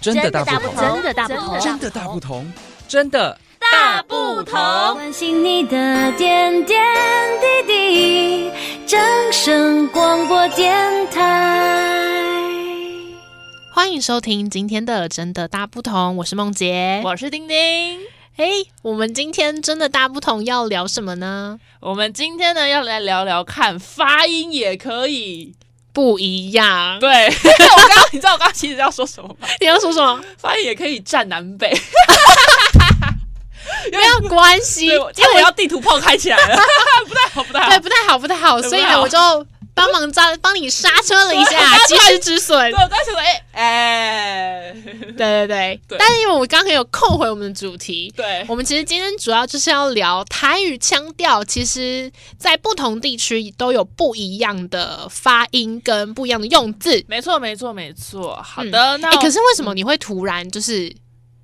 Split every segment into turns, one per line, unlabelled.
真的大
大
不
不
同，
同，的大
真的
真的
大不同，真的
大不同。
关心你的点点滴滴，掌声广播电台。
欢迎收听今天的《真的大不同》，我是梦洁。
我是丁丁，
哎，我们今天真的大不同要聊什么呢？
我们今天呢要来聊聊看发音也可以。
不一样，
对， 我刚刚你知道我刚刚其实要说什么吗？
你要说什么？
发音也可以占南北。
没有关系，因
对，因为我要地图炮开起来 了，不太好，不太
对
好。
不太好，不太好，
对
所以
不太
呢，
好
我就帮忙扎， 帮你刹车了一下，及时止损
对，。我刚才想说，哎、哎、
对对对，
对
但是因为我刚刚有扣回我们的主题，
对，
我们其实今天主要就是要聊台语腔调，其实在不同地区都有不一样的发音跟不一样的用字。
没错，没错，没错。好的，那、
哎、可是为什么你会突然就是，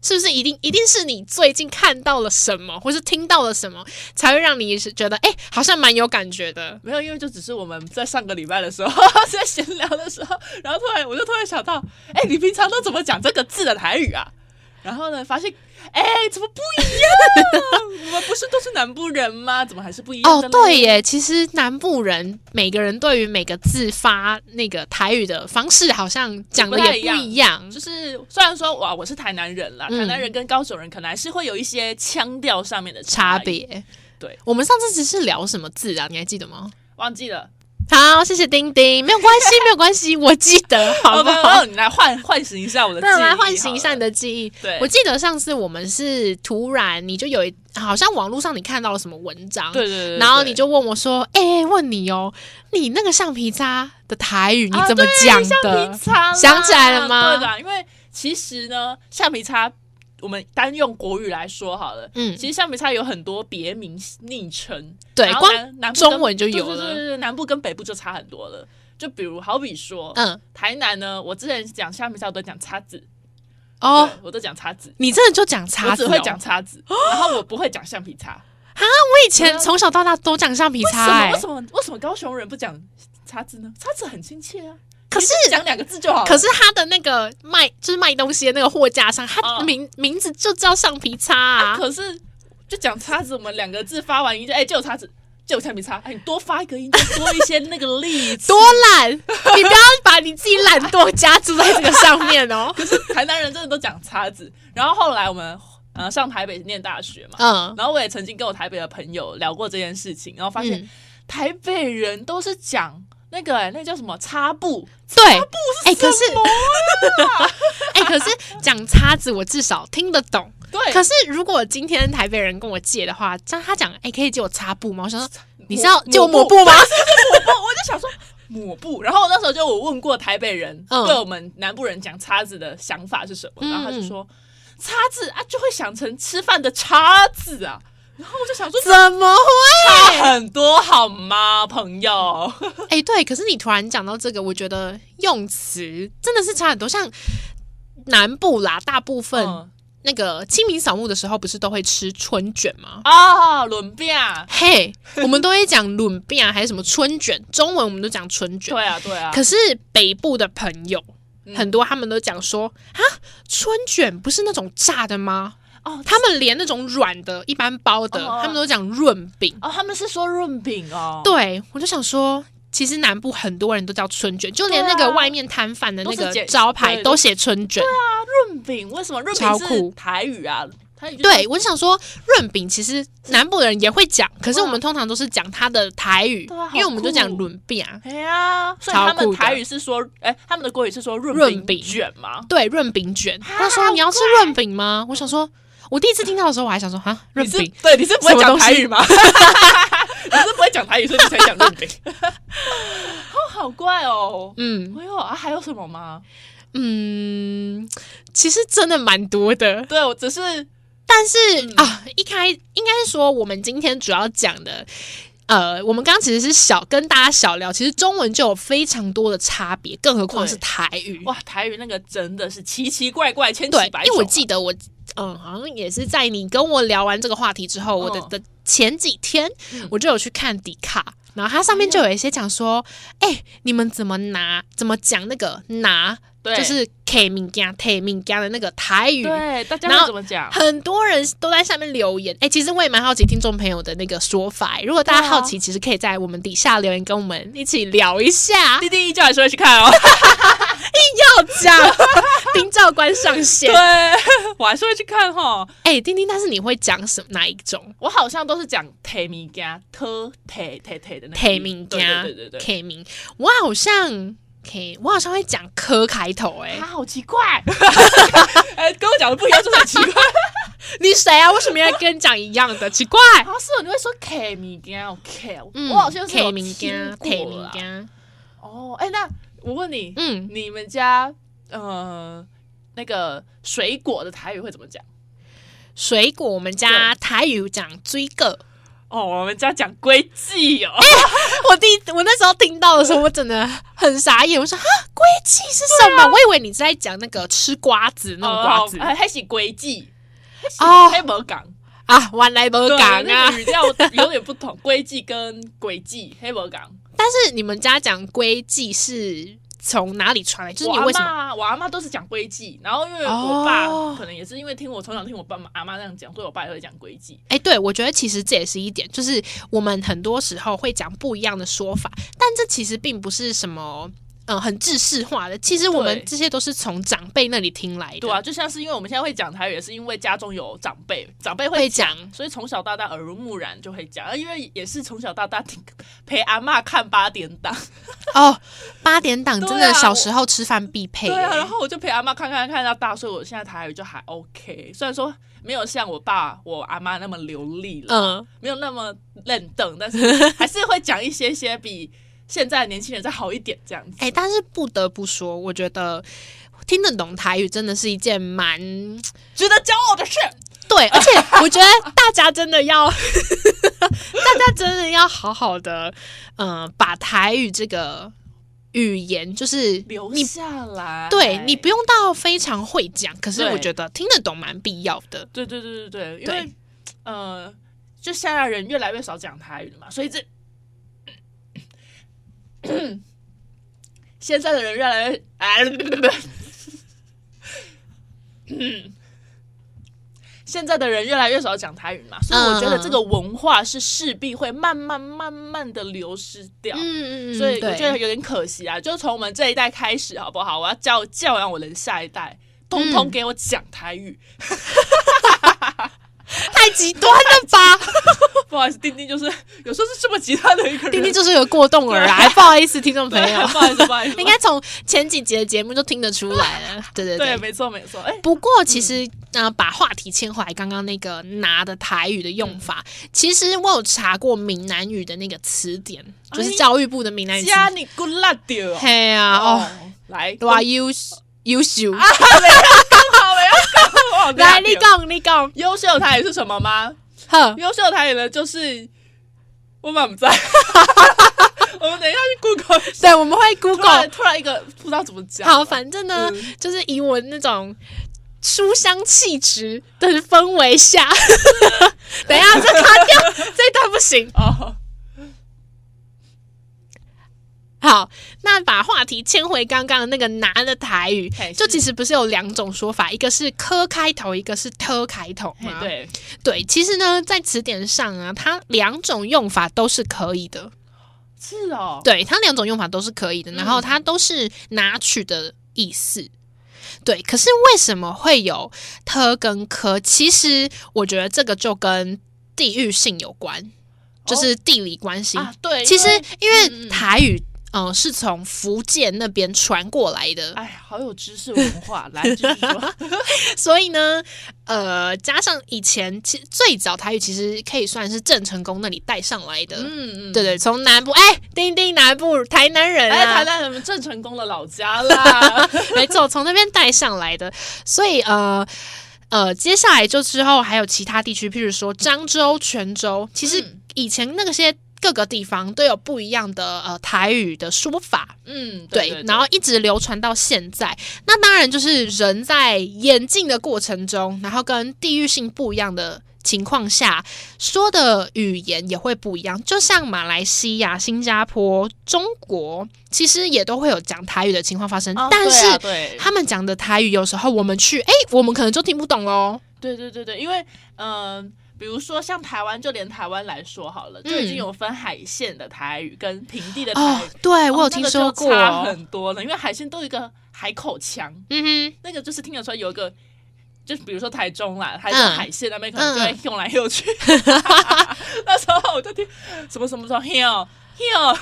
是不是一定一定是你最近看到了什么，或是听到了什么，才会让你是觉得哎、好像蛮有感觉的？
没有，因为就只是我们在上个礼拜的时候 在闲聊的时候，然后突然我就突然想到，哎、你平常都怎么讲这个字的台语啊？然后呢，发现，哎、怎么不一样？啊我们不是都是南部人吗？怎么还是不一样
哦
的，嘞
对，耶，其实南部人每个人对于每个字发那个台语的方式，好像讲的也
不
不
太一
一样
就。是虽然说哇，我是台南人啦，
嗯
台南人跟高雄人可能还是会有一些腔调上面的
差
异，
别。
对，
我们上次只是聊什么字啊？你还记得吗？
忘记了。
好，谢谢丁丁，没有关系，没有关系，我记得，好不
OK，
好
那？你来唤唤醒一下我的记忆
那
好了，
来唤醒一下你的记忆。
对
我记得上次我们是突然你就有一，好像网络上你看到了什么文章，
对，对对对，
然后你
对
就问我说：“哎、问你哦，你那个橡皮擦的台语你
啊
怎么
对
讲的？”
橡皮擦啦
想起来了吗
啊对啦，啊因为其实呢，橡皮擦我们单用国语来说好了，
嗯
其实橡皮擦有很多别名昵称，
对
然后
光
南南部
中
跟
文就有
对对对对对，南部跟北部就差很多了。就比如好比说，
嗯，
台南呢，我之前讲橡皮擦我都讲擦子，
哦，
对我都讲擦子。
你真的就讲擦
我
子、
只
哦，
会讲擦子，然后我不会讲橡皮擦。
我以前从小到大都讲橡皮
为什
擦、
么？
哎
为什么？为什么高雄人不讲擦子呢？擦子很亲切啊，
可是
你就讲两个字就好了。
可是他的那个卖就是卖东西的那个货架上，他
哦
的名、名字就叫橡皮擦啊。
可是就讲叉子，我们两个字发完音就哎，就有叉子，就有橡皮擦，哎，你多发一个音，就多一些那个力气。
多懒，你不要把你自己懒惰加注在这个上面 哦。
可是台南人真的都讲叉子。然后后来我们呃上台北念大学嘛，
嗯，
然后我也曾经跟我台北的朋友聊过这件事情，然后发现
嗯
台北人都是讲。那个、哎那个叫什么擦布？
对，哎、可是，哎、可是 讲叉子，我至少听得懂。
对，
可是如果今天台北人跟我借的话，这样他讲，哎、可以借我擦布吗？我想说，你是要借我抹布吗？
我我就想说抹布，然后那时候就我问过台北人、
嗯
对我们南部人讲叉子的想法是什么，
嗯
然后他就说叉子啊就会想成吃饭的叉子啊，然后我就想说
怎么会？
差很多好吗，朋友？
哎、对，可是你突然讲到这个，我觉得用词真的是差很多，像。南部啦，大部分、
嗯
那个清明扫墓的时候，不是都会吃春卷吗？
啊，轮变啊，
嘿、我们都会讲 轮饼啊，还是什么春卷，中文我们都讲春卷。
对啊对啊，
可是北部的朋友、
嗯
很多，他们都讲说啊，春卷不是那种炸的吗？
哦
他们连那种软的、一般包的，
哦哦
他们都讲润饼。
哦他们是说润饼哦，，
对我就想说。其实南部很多人都叫春卷，就连那
对啊
个外面摊贩的那
都是
个
简
招牌
对啊
都写春卷。
润饼为什么润
超
饼是
酷
台语啊？台语就
对，我就想说润饼，其实南部的人也会讲，可是
哇
我们通常都是讲它的台语
啊对啊，好
因为我们就讲
酷
润饼啊。
哎呀，所以他
超
们
酷的
台语是说，哎、他们的国语是说润
润饼
饼卷吗？
对，润饼卷。他
哦
说你要吃润饼吗？我想说，我第一次听到的时候，我还想说哈，润
你是
饼。
对，你是不会
什么
讲
东西
台语 吗？你是不会讲台语，所以你才讲润饼。哦，好怪哦。
嗯
没有啊，还有什么吗？
嗯，其实真的蛮多的，
对，我只是
但是、
嗯
啊，一开应该是说我们今天主要讲的。呃，我们刚刚其实是小跟大家小聊，其实中文就有非常多的差别，更何况
对
是台语。
哇，台语那个真的是奇奇怪怪、千
对
奇百，
因
种啊。
为我记得我，嗯，好像也是在你跟我聊完这个话题之后，我的
嗯
的前几天
嗯哦
我就有去看迪卡，然后它上面就有一些讲说，哎、你们怎么拿，怎么讲那个拿
对，
就是 K 命家 T 命家的那个台语。
对大家
然
会
后
怎么讲？
很多人都在下面留言，哎、其实我也蛮好奇听众朋友的那个说法、诶如果大
对
家
啊
好奇，其实可以在我们底下留言，跟我们一起聊一下。
弟弟依旧还是会去看哦，
要讲 丁教官上线
对，我还是会去看哈。
哎、丁丁，但是你会讲什么哪一种？
我好像都是讲铁米加特铁铁铁的那个
铁
音
名
对
家
对对对对，
K 名，我好像 K，我好像会讲科开头、诶
他好奇 怪，哎，跟我讲的不一样，就是很奇怪。
你谁啊？为什么要跟你讲一样 的？奇怪。
好像是你会说铁米加，OK，
嗯
我好像是有
K 名
听
家
过啊
K 名
啦
家，
哦，哎，那我问你，
嗯，
你们家呃那个水果的台语会怎么讲？
水果我们家台语讲追个。
哦，我们家讲龟记哦，
我第一我那时候听到的时候，我真的很傻眼，我说啊，龟气是什么？我以为你是在讲那个吃瓜子那种瓜子
啊哦还是龟记
哦
还没讲，
啊，玩来不港
对
啊
那个。语调有点不同，龟记跟鬼记，黑没港。
但是你们家讲龟记是从哪里传来？就是
我
你
阿
为什
妈
么？
啊，我阿妈都是讲龟记，然后因为我爸、
哦
可能也是因为听我从小听我爸妈阿妈那样讲，所以我爸也会讲龟记。
哎、对，我觉得其实这也是一点，就是我们很多时候会讲不一样的说法，但这其实并不是什么。嗯，很制式化的，其实我们
对
这些都是从长辈那里听来的。
对啊，，就像是因为我们现在会讲台语，也是因为家中有长辈，长辈会
会讲
所以从小到大耳濡目染就会讲，啊因为也是从小到大听陪阿嬷看八点 档，
哦，八点档真
对啊
的小
我
时候吃饭必配欸耶、
对啊，然后我就陪阿嬷看看看到大，所以我现在台语就还 OK，虽然说没有像我爸我阿妈那么流利了，
嗯，
没有那么认凳，但是还是会讲一些些比现在的年轻人再好一点这样子。
哎、但是不得不说，我觉得听得懂台语真的是一件蛮
值得骄傲的事。
对，而且我觉得大家真的要， 大家真的要好好的，嗯、把台语这个语言，就是
留
你
下来。
对你不用到非常会讲，可是
对
我觉得听得懂蛮必要的。
对对对对对，因
对
为呃，就现在人越来越少讲台语了嘛，所以这现在的人越来越哎，不不不不嗯现在的人越来越少讲台语嘛，所以我觉得这
嗯
个文化是势必会慢慢慢慢的流失掉。
嗯嗯嗯，
所以我
对
觉得有点可惜啊，就从我们这一代开始，好不好？我要教教养我的下一代，通通
嗯
给我讲台语。
太极端了吧？
不好意思，丁丁就是有时候是这么极端的一个人。
丁丁就是个过动儿啊，不好意思，听众朋
对
友
不，好意思，不好意思，
啊 应该从前几集的节目就听得出来了。对对
对，没错没错。哎、
不过，其实啊、呃把话题牵回来，刚刚那个拿的台语的用法，其实我有查过闽南语的那个词典，就是
哎
教育部的闽南语词
加
典。
你滚辣掉哦，
嘿啊，哦，
来，
哇，优优秀，
好没有搞我
来，你讲，哦你讲，
优秀台语是什么吗？
呵，
优秀台语呢，就是我满 不在。我们等一下去 Google 一下。
对，我们会
突然
Google。
突然一个不知道怎么讲，
好，反正呢，
嗯
就是以我那种书香气质的氛围下， 等一下这卡掉，这段不行。
哦，
好，那把话题牵回刚刚的那个拿的台语
嘿，
就是其实不是有两种说法，一个是科开头，一个是特开头
嘿
嘛。
对，
对，其实呢，在词典上啊，它两种用法都是可以的。
是哦，
对，它两种用法都是可以的，然后
嗯
它都是拿取的意思。对，可是为什么会有特跟科？其实我觉得这个就跟地域性有关，就是地理关系。
哦啊，对，
其实
因为
因
嗯嗯
为台语，嗯、是从福建那边传过来的，
哎，好有知识文化，来继续 说，
所以呢，呃，加上以前其最早台语其实可以算是郑成功那里带上来的。
嗯嗯，
对对，从南部哎，丁丁南部台南人、啊，
哎，台南你们郑成功的老家啦，
没错，从那边带上来的。所以呃呃，接下来就之后还有其他地区，譬如说漳州、泉州，其实
嗯
以前那个些各个地方都有不一样的呃台语的说法。
嗯，
对
对，
然后一直流传到现在。那当然就是人在演进的过程中，然后跟地域性不一样的情况下，说的语言也会不一样。就像马来西亚、新加坡、中国，其实也都会有讲台语的情况发生，
哦
但
对啊
是
对
他们讲的台语，有时候我们去，哎、我们可能就听不懂喽。
对对对对，因为嗯、呃比如说像台湾，就连台湾来说好了，就已经有分海线的台语跟平地的台
嗯哦
语。，
对
哦
我有
那
听
个
说
就
过，哦
差很多了，因为海鲜都有一个海口腔，
嗯哼，
那个就是听得出来有一个，就是比如说台中啦，台中
嗯
海鲜那边可能就会用来 用去。那时候我就听什么什么什么 hill hill，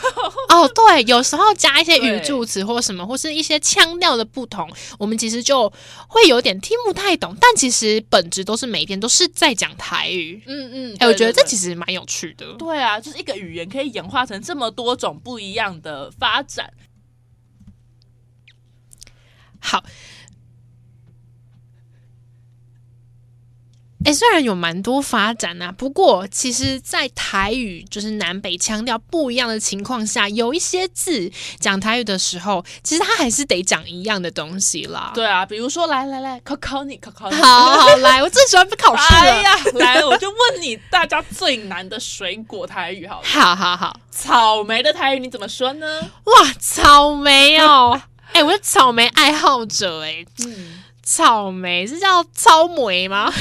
哦，对，有时候加一些语
对
助词或什么，或是一些腔调的不同，我们其实就会有点听不太懂，但其实本质都是每天都是在讲台语。
嗯嗯，
哎、我觉得这其
实
实蛮有趣的。
对啊，就是一个语言可以演化成这么多种不一样的发展。
好，哎、虽然有蛮多发展啊，不过其实，在台语就是南北腔调不一样的情况下，有一些字讲台语的时候，其实它还是得讲一样的东西啦。，
对啊，比如说来来来，考考你，考考你。
好好来，我最喜欢被考试了。
哎呀，来，我就问你大家最难的水果台语好了，
好好好，
草莓的台语你怎么说呢？
哇，草莓 哦，哎、我是草莓爱好者哎、
嗯，
草莓是叫草莓吗？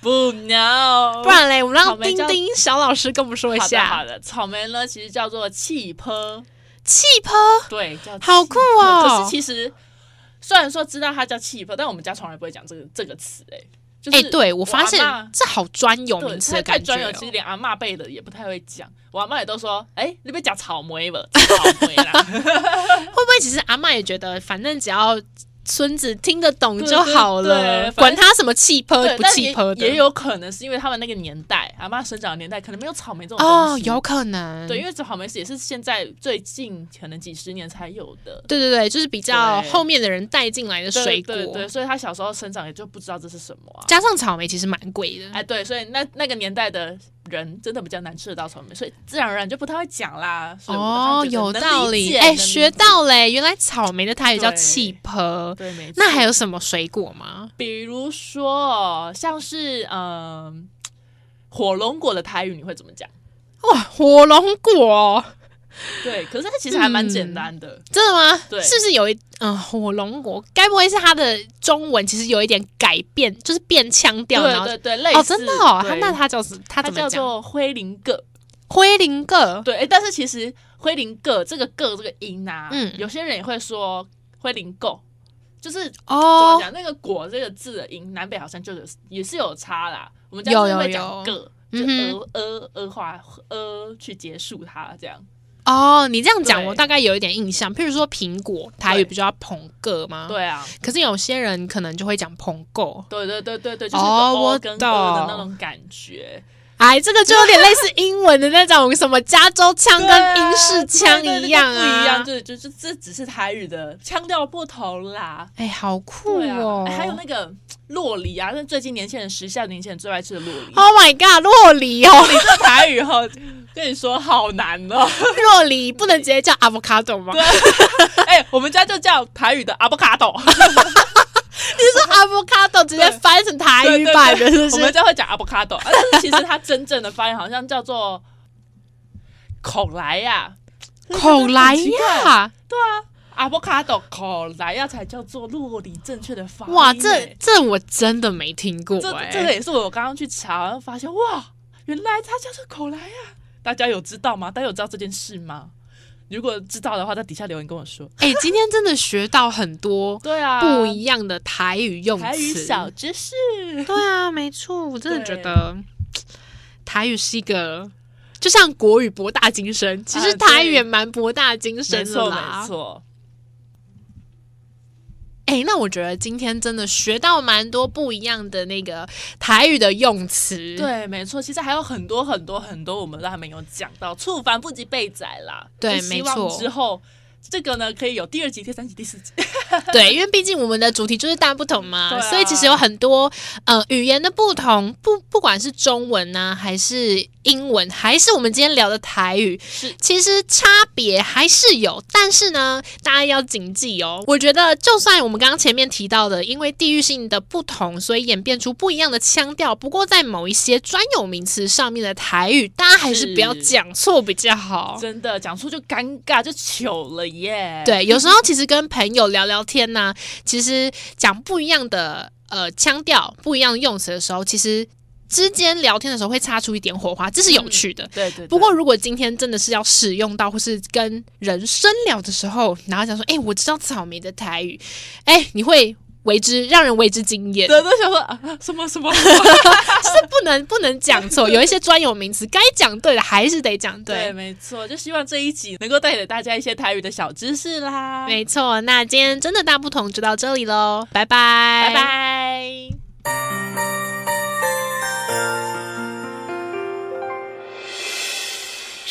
不鸟，
不然嘞，我们
哦草
让
莓
丁
叫
丁小老师跟我们说一
好的
下。
好的，草莓呢其实叫做气泡，
气泡
对，叫气
好酷
泡
哦
可是其实虽然说知道它叫气泡，但我们家从来不会讲这个这个词哎、就是
哎、对我发现
阿嬷
这好专有
对，
名词的
太太
感觉、
专有，
哦。
其实连阿嬷辈的也不太会讲，我阿嬷也都说，哎、你别讲草莓吧，草莓啦。
会不会其实阿嬷也觉得，反正只要孙子听得懂就好
对对
了，
对
管他什么气泡
对，
不
但
气
也
泡的，
也有可能是因为他们那个年代，阿妈生长的年代可能没有草莓这种
哦
东，西。
有可能。
对，因为草莓也是现在最近可能几十年才有的
对对对，就是比较
对
后面的人带进来的
对
水果，
对对，所以他小时候生长也就不知道这是什么啊。
加上草莓其实蛮贵的。
哎，对，所以那那个年代的人真的比较难吃得到草莓，所以自然而然就不太会讲啦。所以我刚
哦
刚，觉得
有
能
道
理
理，
解
哎、
能理
学
解
到嘞！原来草莓的它也叫
对
气泡。
对，没错。
那还有什么水果吗？
比如说像是嗯、火龙果的台语你会怎么讲？
哇，火龙果，哦
对，可是它其实还蛮
嗯
简单的。
真的吗？
对
是不是有一嗯、火龙果？该不会是它的中文其实有一点改变，就是变腔调，然
对
后
对对，类似
哦，真的哦，它
对
那它叫什？它
它
怎么
叫
讲？
做灰灵个，
灰灵个
对，诶但是其实灰灵个这个个这个音啊，
嗯
有些人也会说灰灵够，就是怎么
哦，
讲、那个果这个字的音，南北好像就有也是有差啦。我们家
有
是
有
会
有
讲个，就
嗯
呃呃呃化呃去结束它这样，
哦，你这样讲，
对
我大概有一点印象。譬如说苹果，台语
对
不就叫捧个吗？。
对啊，
可是有些人可能就会讲捧够，
对对对对对，就是有个
哦我
o 跟 e 的那
懂
种感觉，
哎，这个就有点类似英文的那种什么加州腔
对啊
跟英式腔
对对对
一样
就不一样，
啊。
对，就就这只是台语的腔调不同啦。
哎，好酷
对啊
哦！，
哎还有那个洛梨啊，那最近年轻人时下年轻人最爱吃的洛梨。
Oh my god，洛梨哦，
你这台语哈， 跟你说好难哦。
洛梨不能直接叫 avocado 吗？
哎、我们家就叫台语的阿布卡豆，
你说 avocado 直接翻成台语版的，是不
我们
是？
家会讲阿布卡豆，啊但是其实它真正的发音好像叫做口来呀、
口来
很奇
呀！
阿布卡豆口来呀、才叫做洛梨正确的发音。
哇，
哎
这这我真的没听过
这
哎、
这个也是我刚刚去查，然后发现哇，原来它叫做口来呀、大家有知道吗？大家有知道这件事吗？如果知道的话，在底下留言跟我说。
哎、今天真的学到很多
对啊，
不一样的台语用词。
台语小知 识，
对啊，没错，我真的觉
对
得台语是一个，就像国语博大精深，其实
啊对
台语也蛮博大精
没
深的
错
啦。
没错，
哎、那我觉得今天真的学到蛮多不一样的那个台语的用词。。
对没错。其实还有很多很多很多我们都还没有讲到，触凡不及被宰啦。
对
就希
没
望
错
之后这个呢可以有第二集、第三集、第四集。
对，因为毕竟我们的主题就是大不同嘛，
对啊
所以其实有很多呃语言的不同，不不管是中文呢、还是英文，还是我们今天聊的台语，其实差别还是有。但是呢，大家要谨记哦。我觉得，就算我们刚刚前面提到的，因为地域性的不同，所以演变出不一样的腔调。不过，在某一些专有名词上面的台语，大家还是不要
是
讲错比较好。
真的讲出就尴尬，就糗了耶。，
哦对，有时候其实跟朋友聊聊天呐、其实讲不一样的呃腔调、不一样的用词的时候，其实之间聊天的时候会擦出一点火花，这是有趣的。
对嗯对对
不过，如果今天真的是要使用到，或是跟人深聊的时候，然后讲说：“哎、我知道草莓的台语，哎、你会为之让人为之惊艳，
对，都想说啊什么什么，
这不能不能讲错。有一些专有名词，该讲对的还是得讲对。
对，没错，就希望这一集能够带给大家一些台语的小知识啦。
没错，那今天真的大不同就到这里喽，拜拜，
拜拜。